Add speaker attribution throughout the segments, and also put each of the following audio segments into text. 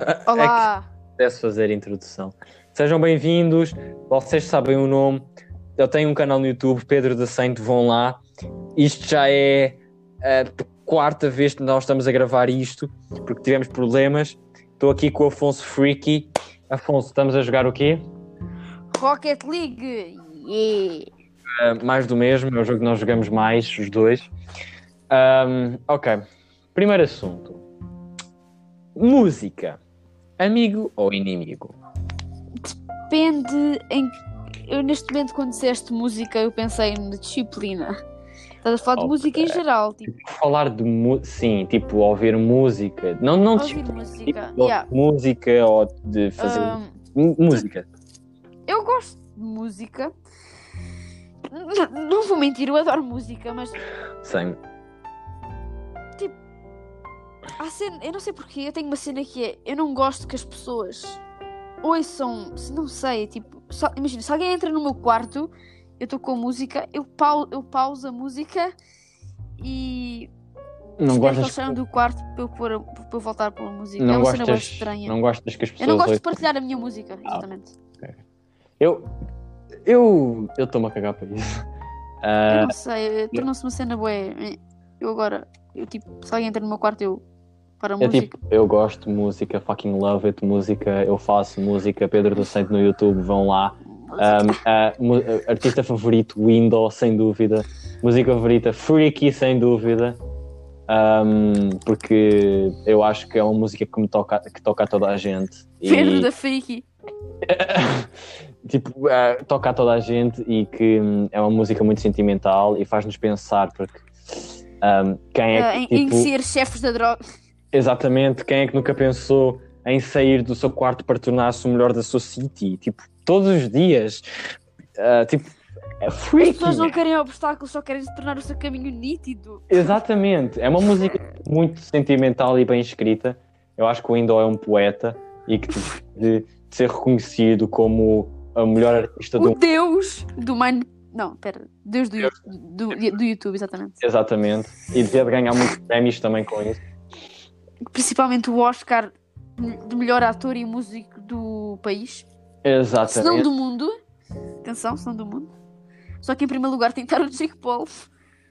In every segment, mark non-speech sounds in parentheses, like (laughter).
Speaker 1: É
Speaker 2: Olá!
Speaker 1: pudesse fazer a introdução. Sejam bem-vindos, vocês sabem o nome. Eu tenho um canal no YouTube, Pedro da Sainte, vão lá. Isto já é a quarta vez que nós estamos a gravar isto, porque tivemos problemas. Estou aqui com o Afonso Freaky. Afonso, estamos a jogar o quê?
Speaker 2: Rocket League! Yeah.
Speaker 1: Ah, mais do mesmo, é o jogo que nós jogamos mais, os dois. Ahm, ok. Primeiro assunto: música. Amigo ou inimigo?
Speaker 2: Depende em. Eu, neste momento, quando disseste música, eu pensei na disciplina. Estás a falar de
Speaker 1: Ok.
Speaker 2: música em geral, tipo,
Speaker 1: Falar de música, sim, tipo ouvir música. Não, não de
Speaker 2: ouvir música.
Speaker 1: tipo,
Speaker 2: Yeah. Ah,
Speaker 1: música ou de fazer
Speaker 2: Ahm,
Speaker 1: M- música.
Speaker 2: eu gosto de música. N- Não vou mentir, eu adoro música, mas
Speaker 1: Sim.
Speaker 2: há cena, eu não sei porquê, eu tenho uma cena que é, eu não gosto que as pessoas ouçam, se não sei, tipo, só- imagina, se alguém entra no meu quarto, eu estou com música, eu, pau, eu pauso a música e
Speaker 1: Não
Speaker 2: espero que
Speaker 1: gostas,
Speaker 2: eles saiam do quarto para eu, pôr a- para eu voltar para a música. é
Speaker 1: não,
Speaker 2: uma cena bem
Speaker 1: gostas,
Speaker 2: estranha.
Speaker 1: não gostas Ah. que as
Speaker 2: eu
Speaker 1: pessoas
Speaker 2: não gosto de
Speaker 1: ouçam-
Speaker 2: partilhar a minha música, exatamente.
Speaker 1: Eu. Eu. Eu estou-me a cagar para isso. (laughs) Ah,
Speaker 2: Eu não sei, eh, tornou-se uma cena boa. Eu agora, eu tipo, se alguém entra no meu quarto, eu para a
Speaker 1: É
Speaker 2: música.
Speaker 1: tipo, eu gosto de música, fucking love it, música, eu faço música, Pedro do Santo no YouTube, vão lá. Um, ah, mu- ah, artista favorito, Windows, sem dúvida. Música favorita, Freaky, sem dúvida. Um, porque eu acho que é uma música que me toca, que toca a toda a gente. E,
Speaker 2: (laughs) Pedro da Freaky.
Speaker 1: tipo, ah, toca a toda a gente e que hum, é uma música muito sentimental e faz-nos pensar, porque um, quem
Speaker 2: eh,
Speaker 1: é
Speaker 2: em,
Speaker 1: que.
Speaker 2: em
Speaker 1: tipo,
Speaker 2: ser chefes da droga.
Speaker 1: Exatamente, quem é que nunca pensou em sair do seu quarto para tornar-se o melhor da sua city? Tipo, todos os dias. Ah, tipo, é
Speaker 2: As
Speaker 1: freaky.
Speaker 2: pessoas não
Speaker 1: man.
Speaker 2: querem obstáculos, só querem tornar o seu caminho nítido.
Speaker 1: Exatamente, é uma música muito sentimental e bem escrita. Eu acho que o Indo é um poeta e que deve de ser reconhecido como a melhor artista do
Speaker 2: O
Speaker 1: mundo.
Speaker 2: Deus do Mine. Não, pera. Deus do, Yo- do, do YouTube, exatamente.
Speaker 1: Exatamente, e deve ganhar muitos prémios também com isso.
Speaker 2: Principalmente o Oscar de melhor ator e músico do país. Se não
Speaker 1: Exatamente.
Speaker 2: do mundo. Atenção, se não do mundo. Só que em primeiro lugar tem que estar o Jake Paul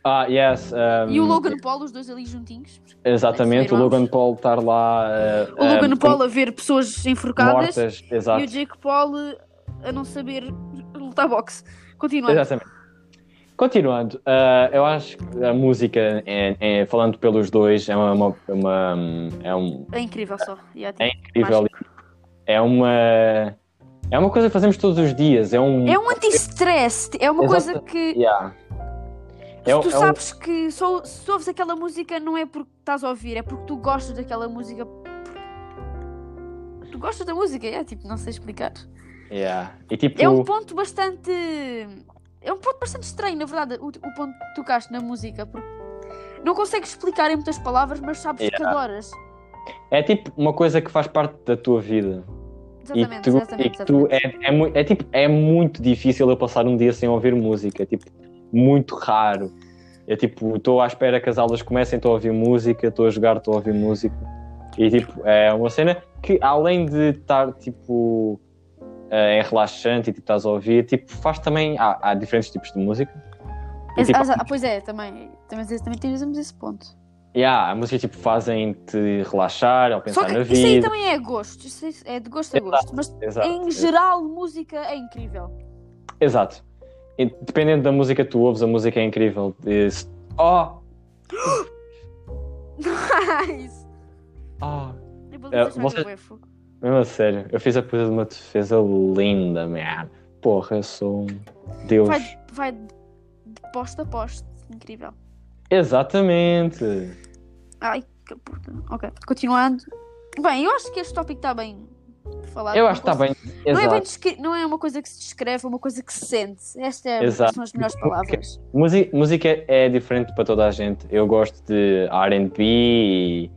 Speaker 1: Ah, yes. um,
Speaker 2: e o Logan Paul, os dois ali juntinhos.
Speaker 1: Exatamente, o
Speaker 2: Irmãos.
Speaker 1: Logan Paul estar lá. ah,
Speaker 2: O Logan
Speaker 1: ah,
Speaker 2: Paul a ver pessoas enforcadas
Speaker 1: mortas.
Speaker 2: e
Speaker 1: Exato.
Speaker 2: o Jake Paul eh, a não saber lutar boxe. Continua.
Speaker 1: Exatamente. Continuando, ah, eu acho que a música, é- é- falando pelos dois, é uma, uma- uma- é um
Speaker 2: É incrível só. Yeah,
Speaker 1: É incrível. É uma é uma coisa que fazemos todos os dias. É um
Speaker 2: É um anti-stress, é uma
Speaker 1: Exato.
Speaker 2: coisa que
Speaker 1: yeah. É um-
Speaker 2: tu
Speaker 1: é um-
Speaker 2: sabes que só se ouves aquela música não é porque estás a ouvir, é porque tu gostas daquela música. Tu gostas da música, é tipo, não sei explicar.
Speaker 1: yeah. E tipo,
Speaker 2: É um ponto bastante. É um ponto bastante estranho, na verdade, o, o ponto que tocaste na música, porque não consegues explicar em muitas palavras, mas sabes que adoras.
Speaker 1: é tipo uma coisa que faz parte da tua vida.
Speaker 2: Exatamente,
Speaker 1: e tu,
Speaker 2: exatamente.
Speaker 1: e tu
Speaker 2: exatamente.
Speaker 1: é, é, mu- é tipo é muito difícil eu passar um dia sem ouvir música. É tipo muito raro. É tipo estou à espera que as aulas comecem, estou a ouvir música, estou a jogar, estou a ouvir música. E tipo é uma cena que além de estar tipo eh, é relaxante e tipo estás a ouvir, tipo faz também há, há diferentes tipos de música. E,
Speaker 2: Ex-
Speaker 1: tipo,
Speaker 2: ah, pois é, também. Também, também temos esse ponto.
Speaker 1: Yeah, a música tipo fazem-te relaxar ao
Speaker 2: Só
Speaker 1: pensar
Speaker 2: que
Speaker 1: na
Speaker 2: isso aí é
Speaker 1: vida.
Speaker 2: também é gosto, isso aí é de gosto a gosto, mas
Speaker 1: Exato.
Speaker 2: em geral música é incrível.
Speaker 1: Exato. E dependendo da música que tu ouves, a música é incrível. E se- Oh!
Speaker 2: Mas
Speaker 1: Oh!
Speaker 2: eu vou
Speaker 1: É,
Speaker 2: deixar
Speaker 1: você-
Speaker 2: o befo.
Speaker 1: Mesmo a sério, eu fiz a coisa de uma defesa linda, man. Porra, eu sou um Deus.
Speaker 2: Vai, vai de posto a posto, incrível.
Speaker 1: Exatamente.
Speaker 2: Ai, que puta. Ok, continuando. Bem, eu acho que este tópico está bem falado.
Speaker 1: eu
Speaker 2: Não
Speaker 1: acho que está
Speaker 2: consigo-
Speaker 1: bem.
Speaker 2: Não é,
Speaker 1: Exato.
Speaker 2: bem descri- não é uma coisa que se descreve, é uma coisa que se sente. Esta é,
Speaker 1: Exato.
Speaker 2: são as melhores
Speaker 1: Porque- é
Speaker 2: palavras.
Speaker 1: Musi- Música é diferente para toda a gente. Eu gosto de RB e.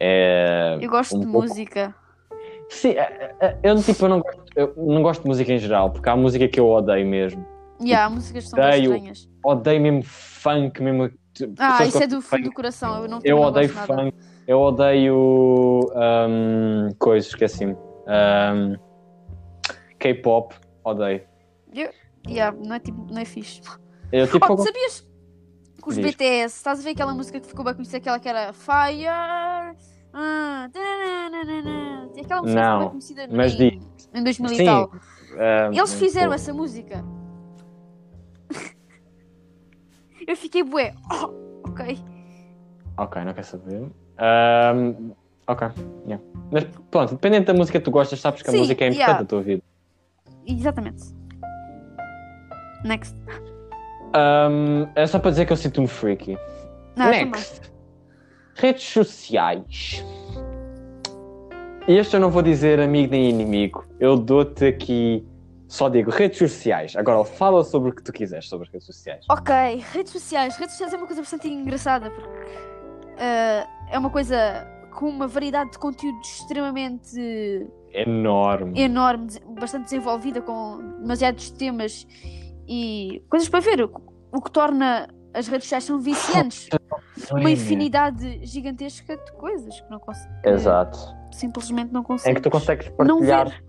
Speaker 1: é,
Speaker 2: Eu gosto
Speaker 1: um
Speaker 2: de
Speaker 1: pouco-
Speaker 2: música.
Speaker 1: Sim, é- é- eu, tipo, eu, não gosto, eu não gosto de música em geral, porque há música que eu odeio mesmo.
Speaker 2: E há músicas que são bem
Speaker 1: Odeio-
Speaker 2: estranhas.
Speaker 1: Odeio mesmo funk, mesmo tu-
Speaker 2: Ah,
Speaker 1: sabes
Speaker 2: isso
Speaker 1: que
Speaker 2: é do fundo do coração. Eu, não,
Speaker 1: Eu
Speaker 2: não
Speaker 1: odeio
Speaker 2: gosto nada.
Speaker 1: funk, eu odeio hum, coisas, esqueci-me. Hum, K-pop, odeio.
Speaker 2: Yeah, não, é, tipo, não é fixe.
Speaker 1: Eu tipo,
Speaker 2: Oh,
Speaker 1: eu-
Speaker 2: sabias que os
Speaker 1: Diz.
Speaker 2: BTS, estás a ver aquela música que ficou bem conhecida, aquela que era Fire? Ah, tananana. Tem aquela música que ficou
Speaker 1: Não,
Speaker 2: bem conhecida
Speaker 1: mas
Speaker 2: em, em 2000 e
Speaker 1: Sim,
Speaker 2: tal.
Speaker 1: hum,
Speaker 2: Eles fizeram essa música. (laughs) Eu fiquei bué. Oh, ok.
Speaker 1: tipo, Ok, não quer saber. Hum, ok, yeah. Mas pronto, dependendo da música que tu gostas, sabes que a
Speaker 2: Sim,
Speaker 1: música é importante
Speaker 2: yeah.
Speaker 1: da tua vida.
Speaker 2: Exatamente. Next.
Speaker 1: Hum, é só para dizer que eu sinto-me freaky.
Speaker 2: Não, é eu também.
Speaker 1: Next. Redes sociais. Este eu não vou dizer amigo nem inimigo. Eu dou-te aqui. Só digo redes sociais. Agora fala sobre o que tu quiseres sobre as redes sociais.
Speaker 2: Ok, redes sociais. Redes sociais é uma coisa bastante engraçada porque ah, é uma coisa com uma variedade de conteúdos extremamente
Speaker 1: É Enorme.
Speaker 2: enorme, des- bastante desenvolvida, com demasiados temas e coisas para ver, o que- o que torna as redes sociais são viciantes. É Uma infinidade gigantesca de coisas que não consigo.
Speaker 1: Exato.
Speaker 2: Simplesmente não consigo.
Speaker 1: Em que tu consegues
Speaker 2: não
Speaker 1: partilhar,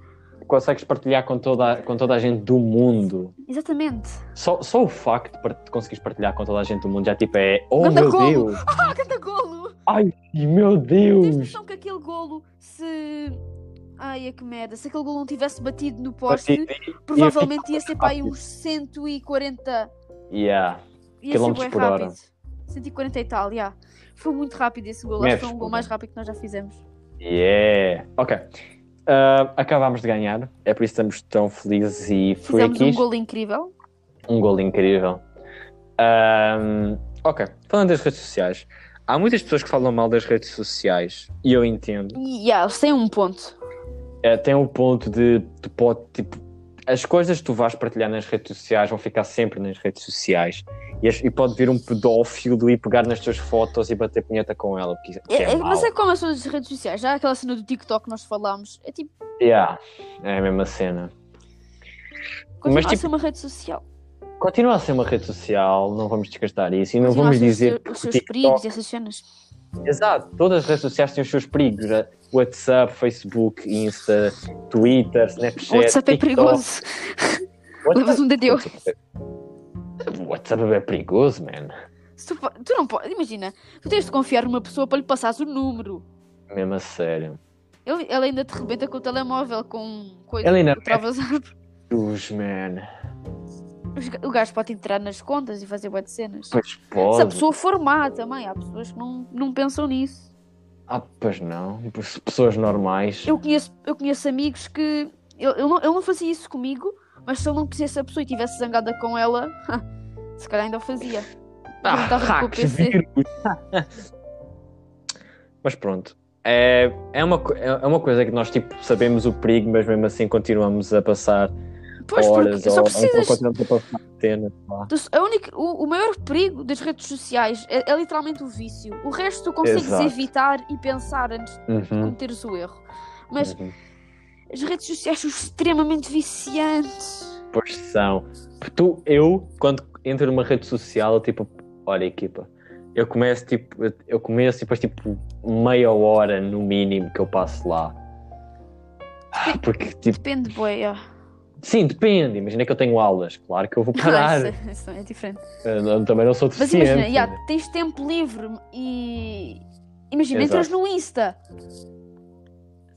Speaker 1: consegues partilhar com, toda, a- com toda a gente do mundo.
Speaker 2: Exatamente.
Speaker 1: Só, só o facto de par- de conseguires partilhar com toda a gente do mundo já tipo é. Oh
Speaker 2: Manda
Speaker 1: meu
Speaker 2: golo.
Speaker 1: Deus!
Speaker 2: Ah, canta golo!
Speaker 1: Ai meu
Speaker 2: Tens
Speaker 1: Deus!
Speaker 2: noção que aquele golo, se. Ai, é que merda. Se aquele golo não tivesse batido no poste,
Speaker 1: Partilha-
Speaker 2: provavelmente ia ser para aí
Speaker 1: rápido.
Speaker 2: uns 140 Ia
Speaker 1: Yeah.
Speaker 2: ser
Speaker 1: Quilómetros
Speaker 2: bem
Speaker 1: por hora.
Speaker 2: rápido. 140 e tal, já. Foi muito rápido esse gol. Acho que foi um
Speaker 1: Metros
Speaker 2: gol
Speaker 1: por
Speaker 2: mais rápido que nós já fizemos.
Speaker 1: Yeah! Ok. Ah, acabámos de ganhar, é por isso que estamos tão felizes e
Speaker 2: Fizemos um
Speaker 1: freakies.
Speaker 2: gol incrível.
Speaker 1: Um gol incrível. Ahm, ok, falando das redes sociais. Há muitas pessoas que falam mal das redes sociais e eu entendo.
Speaker 2: E yeah, sem um ponto.
Speaker 1: É, tem o ponto de tu pode, tipo, as coisas que tu vais partilhar nas redes sociais vão ficar sempre nas redes sociais. E, as- e pode vir um pedófilo e pegar nas tuas fotos e bater punheta com ela. Porque, isso- que
Speaker 2: É,
Speaker 1: é,
Speaker 2: é,
Speaker 1: mau.
Speaker 2: mas é como as suas redes sociais. Já aquela cena do TikTok que nós falámos. É tipo,
Speaker 1: Yeah, é a mesma cena.
Speaker 2: continua a
Speaker 1: tipo-
Speaker 2: ser uma rede social.
Speaker 1: Continua a ser uma rede social, não vamos desgastar isso e não
Speaker 2: Continua
Speaker 1: vamos
Speaker 2: a ser os
Speaker 1: dizer
Speaker 2: seus-
Speaker 1: que
Speaker 2: os
Speaker 1: o
Speaker 2: seus
Speaker 1: TikTok-
Speaker 2: perigos e essas cenas.
Speaker 1: Exato, todas as redes sociais têm os seus perigos. né? WhatsApp, Facebook, Insta, Twitter, Snapchat.
Speaker 2: O WhatsApp é
Speaker 1: TikTok.
Speaker 2: perigoso.
Speaker 1: WhatsApp-
Speaker 2: (laughs)
Speaker 1: é
Speaker 2: Levas um
Speaker 1: (laughs)
Speaker 2: dedinho.
Speaker 1: WhatsApp é perigoso, man.
Speaker 2: Se tu, fa- tu não podes, imagina, tu tens de confiar numa pessoa para lhe passares o número.
Speaker 1: Mesmo a sério.
Speaker 2: Ele, ela ainda te rebenta com o telemóvel, com coisa.
Speaker 1: Ela ainda
Speaker 2: com travas-
Speaker 1: Deus, man.
Speaker 2: Os ga- (laughs) O gajo pode entrar nas contas e fazer bué de cenas.
Speaker 1: Pois
Speaker 2: Se a
Speaker 1: pode.
Speaker 2: pessoa for má também, há pessoas que não, não pensam nisso.
Speaker 1: Ah, pois não. Pois Pessoas normais.
Speaker 2: Eu conheço, eu conheço amigos que. Ele ele não, ele não fazia isso comigo, mas se ele não conhecesse a pessoa e estivesse zangada com ela, (laughs) se calhar ainda o fazia.
Speaker 1: Ah,
Speaker 2: Perguntava com o
Speaker 1: hacks,
Speaker 2: PC.
Speaker 1: vírus. (laughs) mas pronto. É, é, uma, co- é é uma coisa que nós tipo, sabemos o perigo, mas mesmo assim continuamos a passar
Speaker 2: Pois
Speaker 1: horas
Speaker 2: porque só
Speaker 1: ou, ou
Speaker 2: precisas.
Speaker 1: continuamos a passar cenas lá.
Speaker 2: tu- A única, o, o maior perigo das redes sociais é, é literalmente o vício. O resto tu consegues
Speaker 1: Exato.
Speaker 2: evitar e pensar antes de
Speaker 1: Uhum,
Speaker 2: cometeres o erro. Mas
Speaker 1: uhum.
Speaker 2: as redes sociais são extremamente viciantes.
Speaker 1: Pois são. Porque Tu, eu, quando entro numa rede social, eu, tipo, olha equipa, eu começo tipo, eu- eu começo e depois tipo meia hora no mínimo que eu passo lá. Ah, Porque tipo,
Speaker 2: Depende, boia.
Speaker 1: sim, depende. Imagina que eu tenho aulas, claro que eu vou
Speaker 2: (laughs)
Speaker 1: parar.
Speaker 2: Não, isso, isso é diferente.
Speaker 1: Eu Eh, não- também não sou
Speaker 2: Mas
Speaker 1: deficiente.
Speaker 2: imagina, já, tens tempo livre e. Imagina,
Speaker 1: Exato. Um
Speaker 2: entras no Insta.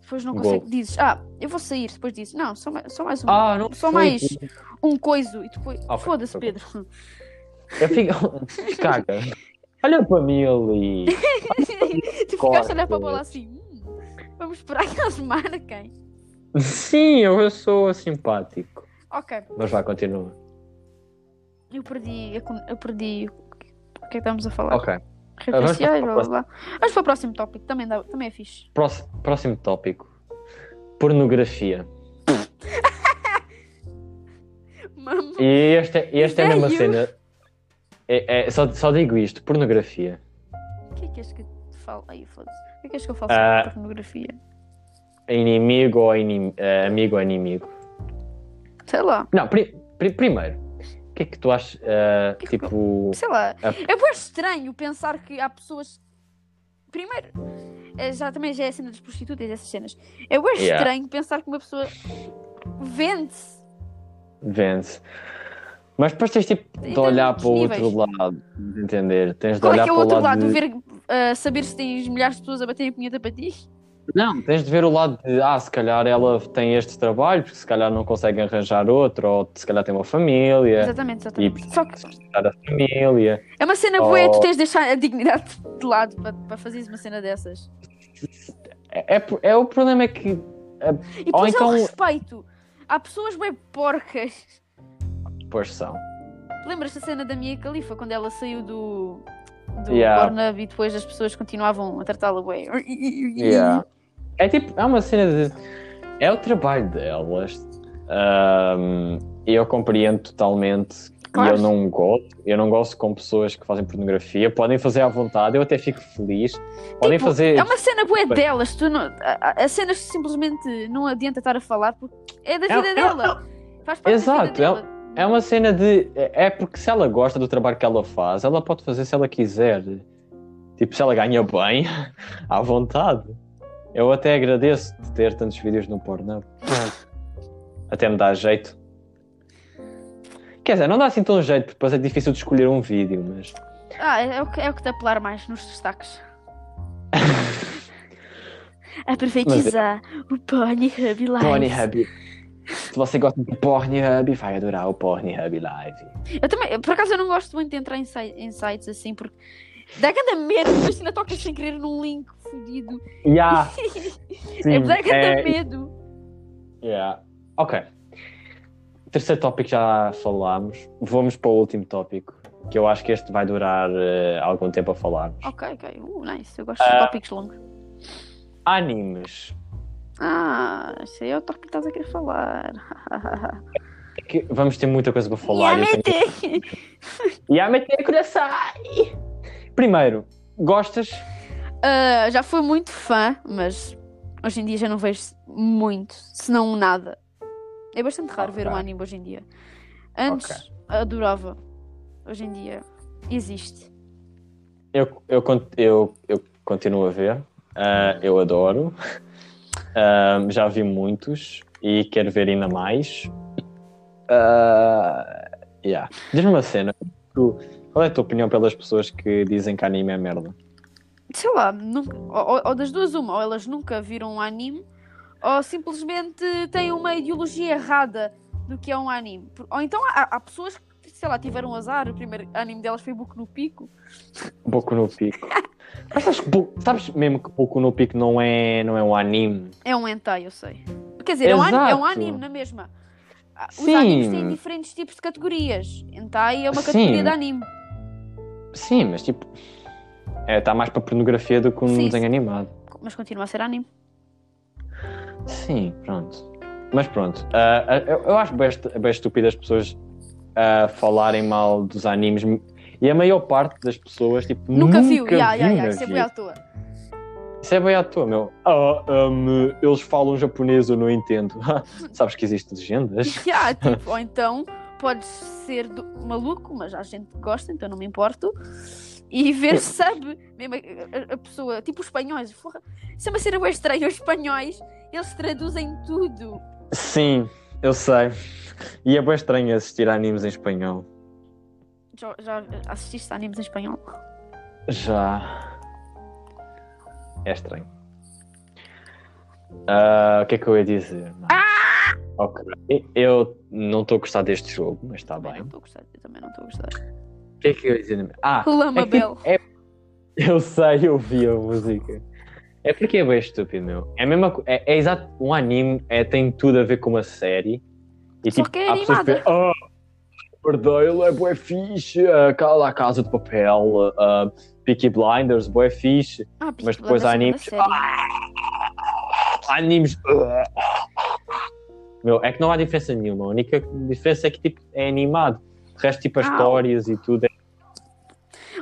Speaker 2: Depois não
Speaker 1: Gol.
Speaker 2: consegues. Dizes, ah, eu vou sair. Depois dizes, não, só, ma- só mais um,
Speaker 1: Ah, não
Speaker 2: só
Speaker 1: sei.
Speaker 2: mais um coiso. E depois.
Speaker 1: Ok,
Speaker 2: Foda-se,
Speaker 1: ok.
Speaker 2: Pedro.
Speaker 1: Eu fico. (laughs) Caga. Olha para mim ali.
Speaker 2: (laughs) tu ficaste a olhar para a bola assim. "Hum, vamos esperar que eles marquem.
Speaker 1: (laughs) Sim, eu eu sou simpático.
Speaker 2: Ok,
Speaker 1: Mas vá, continua.
Speaker 2: eu perdi. Eu, con- eu perdi. O que o que é que estamos a falar?
Speaker 1: Ok.
Speaker 2: Redes
Speaker 1: Vamos
Speaker 2: sociais,
Speaker 1: para
Speaker 2: blá
Speaker 1: o
Speaker 2: blá blá. Vamos para o próximo tópico, também, dá, também é fixe.
Speaker 1: Próximo, próximo tópico: pornografia.
Speaker 2: Mamãe.
Speaker 1: E este, é- este é a mesma
Speaker 2: Sério?
Speaker 1: cena. É, é- só, só digo isto: pornografia.
Speaker 2: O que é que és que eu te falo? Aí, foda-se. O que é que és que eu falo
Speaker 1: Ah.
Speaker 2: sobre pornografia?
Speaker 1: É Inimigo ou inim- eh, amigo ou inimigo.
Speaker 2: Sei lá.
Speaker 1: Não, pri- pri- primeiro, que é que tu achas? ah,
Speaker 2: Que
Speaker 1: tipo.
Speaker 2: Sei lá.
Speaker 1: a-
Speaker 2: É bem estranho pensar que há pessoas. Primeiro, eh, já também já é a cena das prostitutas, essas cenas. É bem
Speaker 1: Yeah.
Speaker 2: estranho pensar que uma pessoa vende-se.
Speaker 1: Vende-se. Mas depois tens tipo
Speaker 2: Tem-
Speaker 1: de
Speaker 2: tem
Speaker 1: olhar
Speaker 2: muitos
Speaker 1: para o
Speaker 2: níveis.
Speaker 1: outro lado, entender? Tens de
Speaker 2: é Qual
Speaker 1: olhar
Speaker 2: é que é o
Speaker 1: para
Speaker 2: outro
Speaker 1: o
Speaker 2: lado?
Speaker 1: lado. de-
Speaker 2: Ver, eh, saber se tens milhares de pessoas a baterem a punheta para ti?
Speaker 1: Não, tens de ver o lado de, ah, se calhar ela tem este trabalho, porque se calhar não consegue arranjar outro, ou se calhar tem uma família,
Speaker 2: Exatamente,
Speaker 1: É. e
Speaker 2: exatamente.
Speaker 1: precisa
Speaker 2: Só que
Speaker 1: ajudar a família.
Speaker 2: é uma cena boa, tu
Speaker 1: Oh.
Speaker 2: tens de deixar a dignidade de lado para, para fazeres uma cena dessas.
Speaker 1: É, é, é o problema é que
Speaker 2: E depois há o
Speaker 1: então-
Speaker 2: respeito. Há pessoas bem porcas.
Speaker 1: pois são.
Speaker 2: Lembras-te da cena da Mia Khalifa quando ela saiu do, do
Speaker 1: Yeah.
Speaker 2: Pornhub e depois as pessoas continuavam a tratá-la bem?
Speaker 1: Yeah. É tipo, é uma cena de. É o trabalho delas. Ahm, e eu compreendo totalmente.
Speaker 2: Claro.
Speaker 1: E eu não gosto. Eu não gosto com pessoas que fazem pornografia. Podem fazer à vontade, eu até fico feliz. Podem
Speaker 2: Tipo,
Speaker 1: fazer.
Speaker 2: É uma cena bué
Speaker 1: Bem.
Speaker 2: delas. Tu não, a- a- as cenas simplesmente não adianta estar a falar porque é da
Speaker 1: É-
Speaker 2: vida
Speaker 1: é-
Speaker 2: dela. Faz parte
Speaker 1: Exato,
Speaker 2: da vida dela.
Speaker 1: É uma cena de. É é porque se ela gosta do trabalho que ela faz, ela pode fazer se ela quiser. Tipo, se ela ganha bem, (laughs) à vontade. Eu até agradeço de ter tantos vídeos no porno. até me dá jeito. Quer dizer, não dá assim tão jeito, porque depois é difícil de escolher um vídeo, mas.
Speaker 2: Ah, é, é o que, é o que te apelar mais nos
Speaker 1: (laughs)
Speaker 2: destaques. Aproveitizar o Pornhub Live.
Speaker 1: Pornhub. Se você gosta de Pornhub, vai adorar o Pornhub Live.
Speaker 2: Eu também, por acaso eu não gosto muito de entrar em, si- em sites assim porque dá cada medo, depois ainda tocas sem querer num link fodido. (laughs)
Speaker 1: Yeah, Ah, sim,
Speaker 2: é dá cada
Speaker 1: é-
Speaker 2: medo.
Speaker 1: Yeah. Ok. Terceiro tópico já falámos. Vamos para o último tópico, que eu acho que este vai durar eh, algum tempo a falarmos.
Speaker 2: Ok, ok. Uh, nice. Eu gosto de
Speaker 1: Ah.
Speaker 2: tópicos longos.
Speaker 1: Animes.
Speaker 2: Ah, isso aí é o tópico que estás a querer
Speaker 1: (laughs)
Speaker 2: falar.
Speaker 1: É que vamos ter muita coisa para falar. eu tenho-
Speaker 2: Yamete!
Speaker 1: Yamete é Kurosai! Primeiro, gostas?
Speaker 2: Ah, já fui muito fã, mas hoje em dia já não vejo muito, se não nada. É bastante raro ver um
Speaker 1: Ok.
Speaker 2: anime hoje em dia. Antes adorava. Hoje em dia existe.
Speaker 1: Eu, eu, con- eu, eu continuo a ver. Ah, eu adoro. Ah, já vi muitos e quero ver ainda mais. Ah, yeah. Diz-me uma cena. Tu- qual é a tua opinião pelas pessoas que dizem que anime é merda?
Speaker 2: sei lá, nunca, ou, ou- ou das duas uma, ou elas nunca viram um anime, ou simplesmente têm uma ideologia errada do que é um anime. Por- Ou então há, há pessoas que, sei lá, tiveram azar, o primeiro anime delas foi Boku no Pico.
Speaker 1: Boku no Pico. Mas sabes, que Bo- sabes mesmo que Boku no Pico não é, não é um anime?
Speaker 2: É um hentai, eu sei. Quer dizer, é um, anime, é um
Speaker 1: Exato.
Speaker 2: anime na mesma. Ah, Os
Speaker 1: Sim.
Speaker 2: animes têm diferentes tipos de categorias. Hentai é uma
Speaker 1: Sim.
Speaker 2: categoria de anime.
Speaker 1: Sim, mas tipo. Está mais para pornografia do que um
Speaker 2: Sim,
Speaker 1: desenho
Speaker 2: sim.
Speaker 1: animado.
Speaker 2: Mas continua a ser anime.
Speaker 1: Sim, pronto. Mas pronto, ah, ah, eu, eu acho bem, est- bem estúpido as pessoas ah, falarem mal dos animes e a maior parte das pessoas tipo,
Speaker 2: Nunca, viu, yeah, yeah,
Speaker 1: viu
Speaker 2: yeah,
Speaker 1: na
Speaker 2: isso é
Speaker 1: vida.
Speaker 2: bué à toa.
Speaker 1: Isso é bem à toa, meu. Ah, ahm, eles falam japonês, eu não entendo. (laughs) Sabes que existem legendas?
Speaker 2: (laughs)
Speaker 1: (laughs)
Speaker 2: Yeah, tipo, ou então podes ser do- maluco, mas há gente que gosta, então não me importo. E ver se sabe mesmo a, a- a pessoa, tipo os espanhóis, forra, isso é uma cena bem estranha. Os espanhóis, eles traduzem tudo.
Speaker 1: Sim, eu sei. E é bem estranho assistir a animes em espanhol.
Speaker 2: Já, já assististe a animes em espanhol?
Speaker 1: Tá Já. É estranho. Ah, o que é que eu ia dizer?
Speaker 2: Ah!
Speaker 1: Ok. Eu não estou a gostar deste jogo, mas está
Speaker 2: Também não
Speaker 1: bem.
Speaker 2: estou a gostar, eu também não estou a gostar.
Speaker 1: O que é que eu ia dizer? Ah, (laughs)
Speaker 2: Lama
Speaker 1: é que,
Speaker 2: Bell.
Speaker 1: tipo, é- Eu sei, eu vi a música. É porque é bem estúpido, meu. É a mesma co- é, é exato. Um anime é, tem tudo a ver com uma série. E
Speaker 2: Só
Speaker 1: tipo,
Speaker 2: que é
Speaker 1: há pessoas que
Speaker 2: animada.
Speaker 1: pensam, ah, Riverdale é bué fixe, ah, cala a Casa de Papel, ah, Peaky Blinders, bué fixe.
Speaker 2: Ah, Peaky
Speaker 1: Mas depois
Speaker 2: Blinders é
Speaker 1: há
Speaker 2: uma
Speaker 1: animes. Ah,
Speaker 2: série.
Speaker 1: animes. uh. Meu, é que não há diferença nenhuma. A única diferença é que tipo, é animado. O resto, tipo, as
Speaker 2: Au.
Speaker 1: histórias e tudo. É...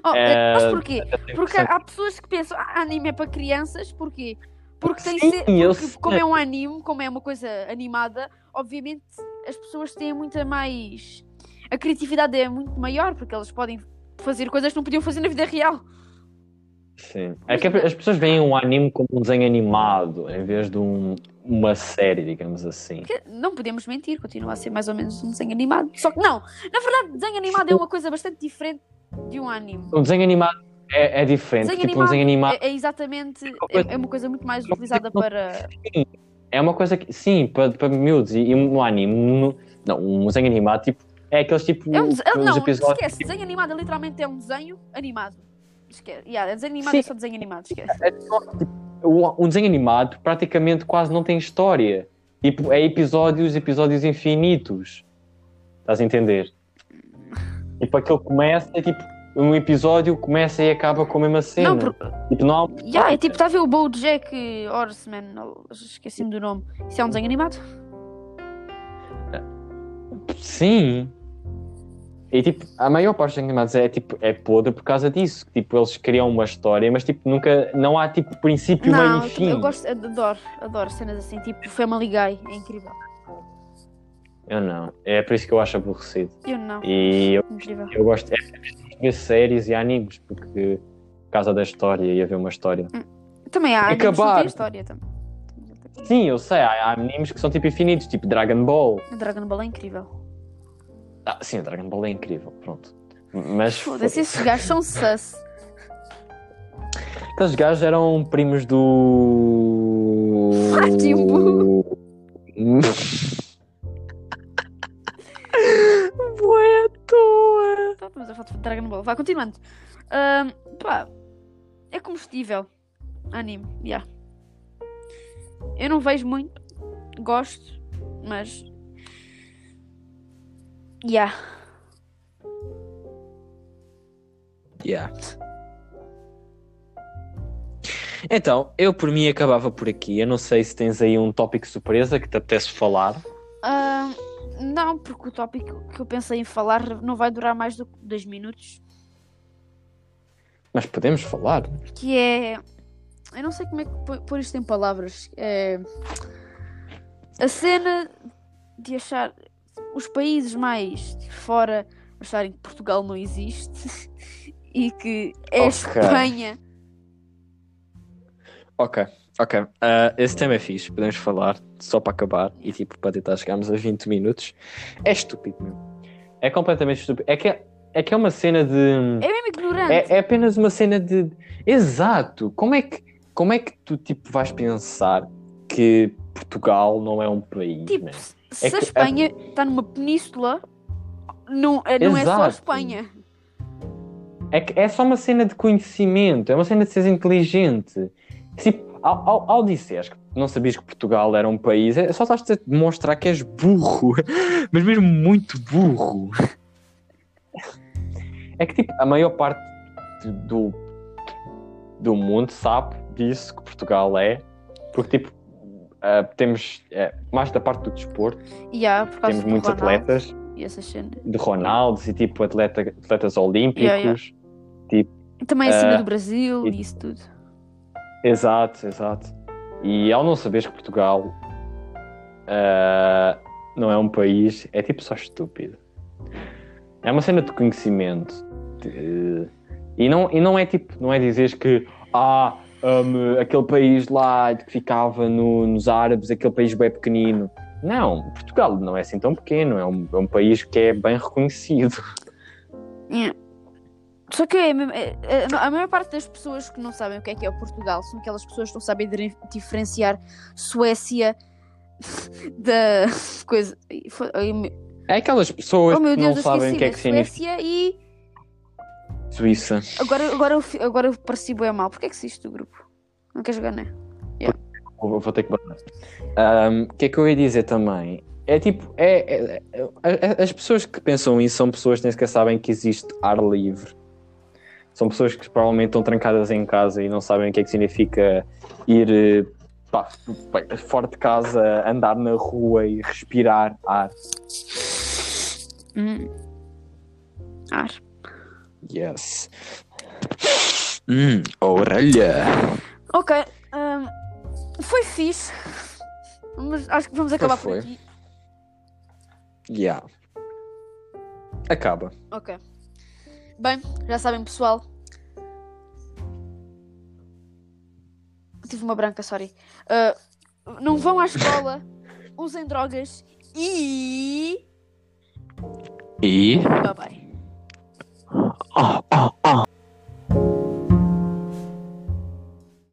Speaker 2: Oh,
Speaker 1: É,
Speaker 2: Mas porquê?
Speaker 1: é
Speaker 2: Porque
Speaker 1: interessante.
Speaker 2: há pessoas que pensam, ah, anime é para crianças, porquê? Porque tem
Speaker 1: Sim,
Speaker 2: ser,
Speaker 1: eu
Speaker 2: porque
Speaker 1: sei.
Speaker 2: como é um anime, como é uma coisa animada, obviamente as pessoas têm muita mais a criatividade é muito maior porque eles podem fazer coisas que não podiam fazer na vida real.
Speaker 1: Sim. É que as pessoas veem um anime como um desenho animado em vez de um- uma série, digamos assim.
Speaker 2: Que- Não podemos mentir, continua a ser mais ou menos um desenho animado. Só que não, na verdade, desenho animado é uma coisa bastante diferente de um anime.
Speaker 1: Um desenho animado é, é diferente.
Speaker 2: Desenho
Speaker 1: tipo, um desenho animado
Speaker 2: É, é exatamente,
Speaker 1: uma coisa-
Speaker 2: é, é uma coisa muito mais
Speaker 1: uma coisa
Speaker 2: utilizada
Speaker 1: que não-
Speaker 2: para.
Speaker 1: é uma coisa que, sim, para, para miúdos. E, e um anime, no- não, um desenho animado, tipo, é aqueles tipo.
Speaker 2: É um dese-
Speaker 1: os
Speaker 2: Não,
Speaker 1: episódios,
Speaker 2: esquece,
Speaker 1: tipo,
Speaker 2: desenho animado literalmente é um desenho animado. Esquece. Yeah, desenho animado
Speaker 1: Sim.
Speaker 2: é só desenho animado, esquece.
Speaker 1: é só, tipo, um- um desenho animado praticamente quase não tem história. Tipo, é episódios, episódios infinitos. Estás a entender? Tipo, aquele começa, é tipo, um episódio começa e acaba com a mesma cena.
Speaker 2: Não, por-
Speaker 1: Tipo, não há uma
Speaker 2: Yeah, é tipo, está a ver o BoJack Horseman, esqueci-me do nome. Isso é um desenho animado?
Speaker 1: Sim. E tipo, a maior parte dos animados é tipo é podre por causa disso. Tipo, eles criam uma história, mas tipo, nunca não há tipo princípio,
Speaker 2: não,
Speaker 1: meio
Speaker 2: eu
Speaker 1: e fim.
Speaker 2: eu gosto, eu adoro, adoro cenas assim, tipo Family Guy, é incrível.
Speaker 1: Eu não. É por isso que eu acho aborrecido.
Speaker 2: Eu não,
Speaker 1: E eu,
Speaker 2: incrível.
Speaker 1: eu gosto é por isso que eu ver séries e animes, porque por causa da história e haver uma história.
Speaker 2: Também há, animes que não têm
Speaker 1: Acabar.
Speaker 2: história também.
Speaker 1: Sim, eu sei, há, há animes que são tipo infinitos, tipo Dragon Ball.
Speaker 2: A Dragon Ball é incrível.
Speaker 1: Ah, sim, Dragon Ball é incrível, pronto. Mas
Speaker 2: Foda-se,
Speaker 1: foda-se.
Speaker 2: esses gajos são sus.
Speaker 1: Aqueles gajos eram primos do.
Speaker 2: Majimbu.
Speaker 1: (laughs) Boé à toa!
Speaker 2: Tá, Estamos a falar de Dragon Ball. Vá, continuando. Ahm, pá, é comestível. Anime, já. Eu não vejo muito. Gosto, mas. Já.
Speaker 1: Yeah. Então, eu por mim acabava por aqui. Eu não sei se tens aí um tópico surpresa que te apetece falar.
Speaker 2: Ahm, não, porque o tópico que eu pensei em falar não vai durar mais do que dois minutos.
Speaker 1: Mas podemos falar.
Speaker 2: Que é. Eu não sei como é que pô- pôr isto em palavras. É. A cena de achar os países mais de fora acharem que Portugal não existe (laughs) e que é
Speaker 1: Ok.
Speaker 2: Espanha.
Speaker 1: Ok, ok. Ah, esse tema é fixe, podemos falar, só para acabar e tipo para tentar chegarmos a 20 minutos. É estúpido, meu. É completamente estúpido. É que é, é que é uma cena de.
Speaker 2: É mesmo ignorante.
Speaker 1: É, é apenas uma cena de. Exato! Como é que, como é que tu tipo vais pensar que Portugal não é um país?
Speaker 2: tipo,
Speaker 1: man?
Speaker 2: se
Speaker 1: É que-
Speaker 2: a Espanha está numa península, não, é- não é só a
Speaker 1: Exato.
Speaker 2: Espanha.
Speaker 1: É, que é só uma cena de conhecimento, é uma cena de seres inteligente. Tipo, ao, ao, ao disseres que não sabias que Portugal era um país, é, só estás a demonstrar que és burro, (laughs) mas mesmo muito burro. É que tipo, a maior parte de- do, do mundo sabe disso que Portugal é, porque tipo, ah, temos eh, mais da parte do desporto,
Speaker 2: E há, por causa
Speaker 1: temos
Speaker 2: do
Speaker 1: muitos
Speaker 2: Ronaldo
Speaker 1: atletas
Speaker 2: E essas cenas.
Speaker 1: de Ronaldo e tipo atleta, atletas olímpicos.
Speaker 2: Yeah, yeah. Também a cena
Speaker 1: Ah,
Speaker 2: do Brasil
Speaker 1: e-
Speaker 2: e isso tudo.
Speaker 1: Exato, exato. E ao não saberes que Portugal ah, não é um país, é tipo só estúpido. É uma cena de conhecimento. De- e, não, e não é tipo, não é dizeres que ah, hum, aquele país lá que ficava no- nos árabes, aquele país bem pequenino. Não, Portugal não é assim tão pequeno, é um, é um país que é bem reconhecido.
Speaker 2: Só que é mesmo- é- é- a maior parte das pessoas que não sabem o que é que é o Portugal são aquelas pessoas que não sabem dire- diferenciar Suécia (laughs) da (laughs) coisa. Fo- ai, me-
Speaker 1: É aquelas pessoas
Speaker 2: Oh meu
Speaker 1: que não
Speaker 2: Deus, eu
Speaker 1: sabem o que é que
Speaker 2: esqueci-me.
Speaker 1: significa
Speaker 2: Suécia e.
Speaker 1: Suíça.
Speaker 2: Agora, agora, eu, fi- agora eu pareci bem mal. Porquê é que existe o grupo? Não quer jogar, né?
Speaker 1: Vou, vou ter que bater. Ahm, O que é que eu ia dizer também? É tipo, é, é- é- a- a- as pessoas que pensam isso são pessoas que nem sequer sabem que existe ar livre. São pessoas que provavelmente estão trancadas em casa e não sabem o que é que significa ir eh, pá, bem, fora de casa, andar na rua e respirar ar.
Speaker 2: Hum. Ar.
Speaker 1: Yes. Hum, orelha.
Speaker 2: Ok. hum, foi fixe. Mas acho que vamos acabar por
Speaker 1: foi.
Speaker 2: aqui.
Speaker 1: Yeah. Acaba.
Speaker 2: Ok. Bem, já sabem, pessoal. Tive uma branca, sorry. Ah, não vão à escola, usem drogas e.
Speaker 3: E.
Speaker 2: Bye bye.
Speaker 1: ah,
Speaker 3: Oh,